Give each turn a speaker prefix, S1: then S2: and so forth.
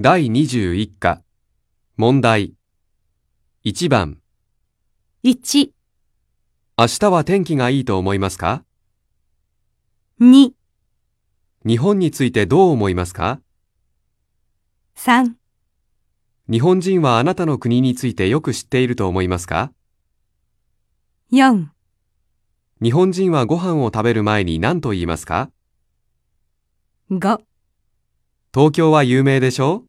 S1: 第21課、問題。1番、
S2: 1、
S1: 明日は天気がいいと思いますか
S2: 2、
S1: 日本についてどう思いますか
S2: 3、
S1: 日本人はあなたの国についてよく知っていると思いますか
S2: 4、
S1: 日本人はご飯を食べる前に何と言いますか
S2: 5
S1: 東京は有名でしょう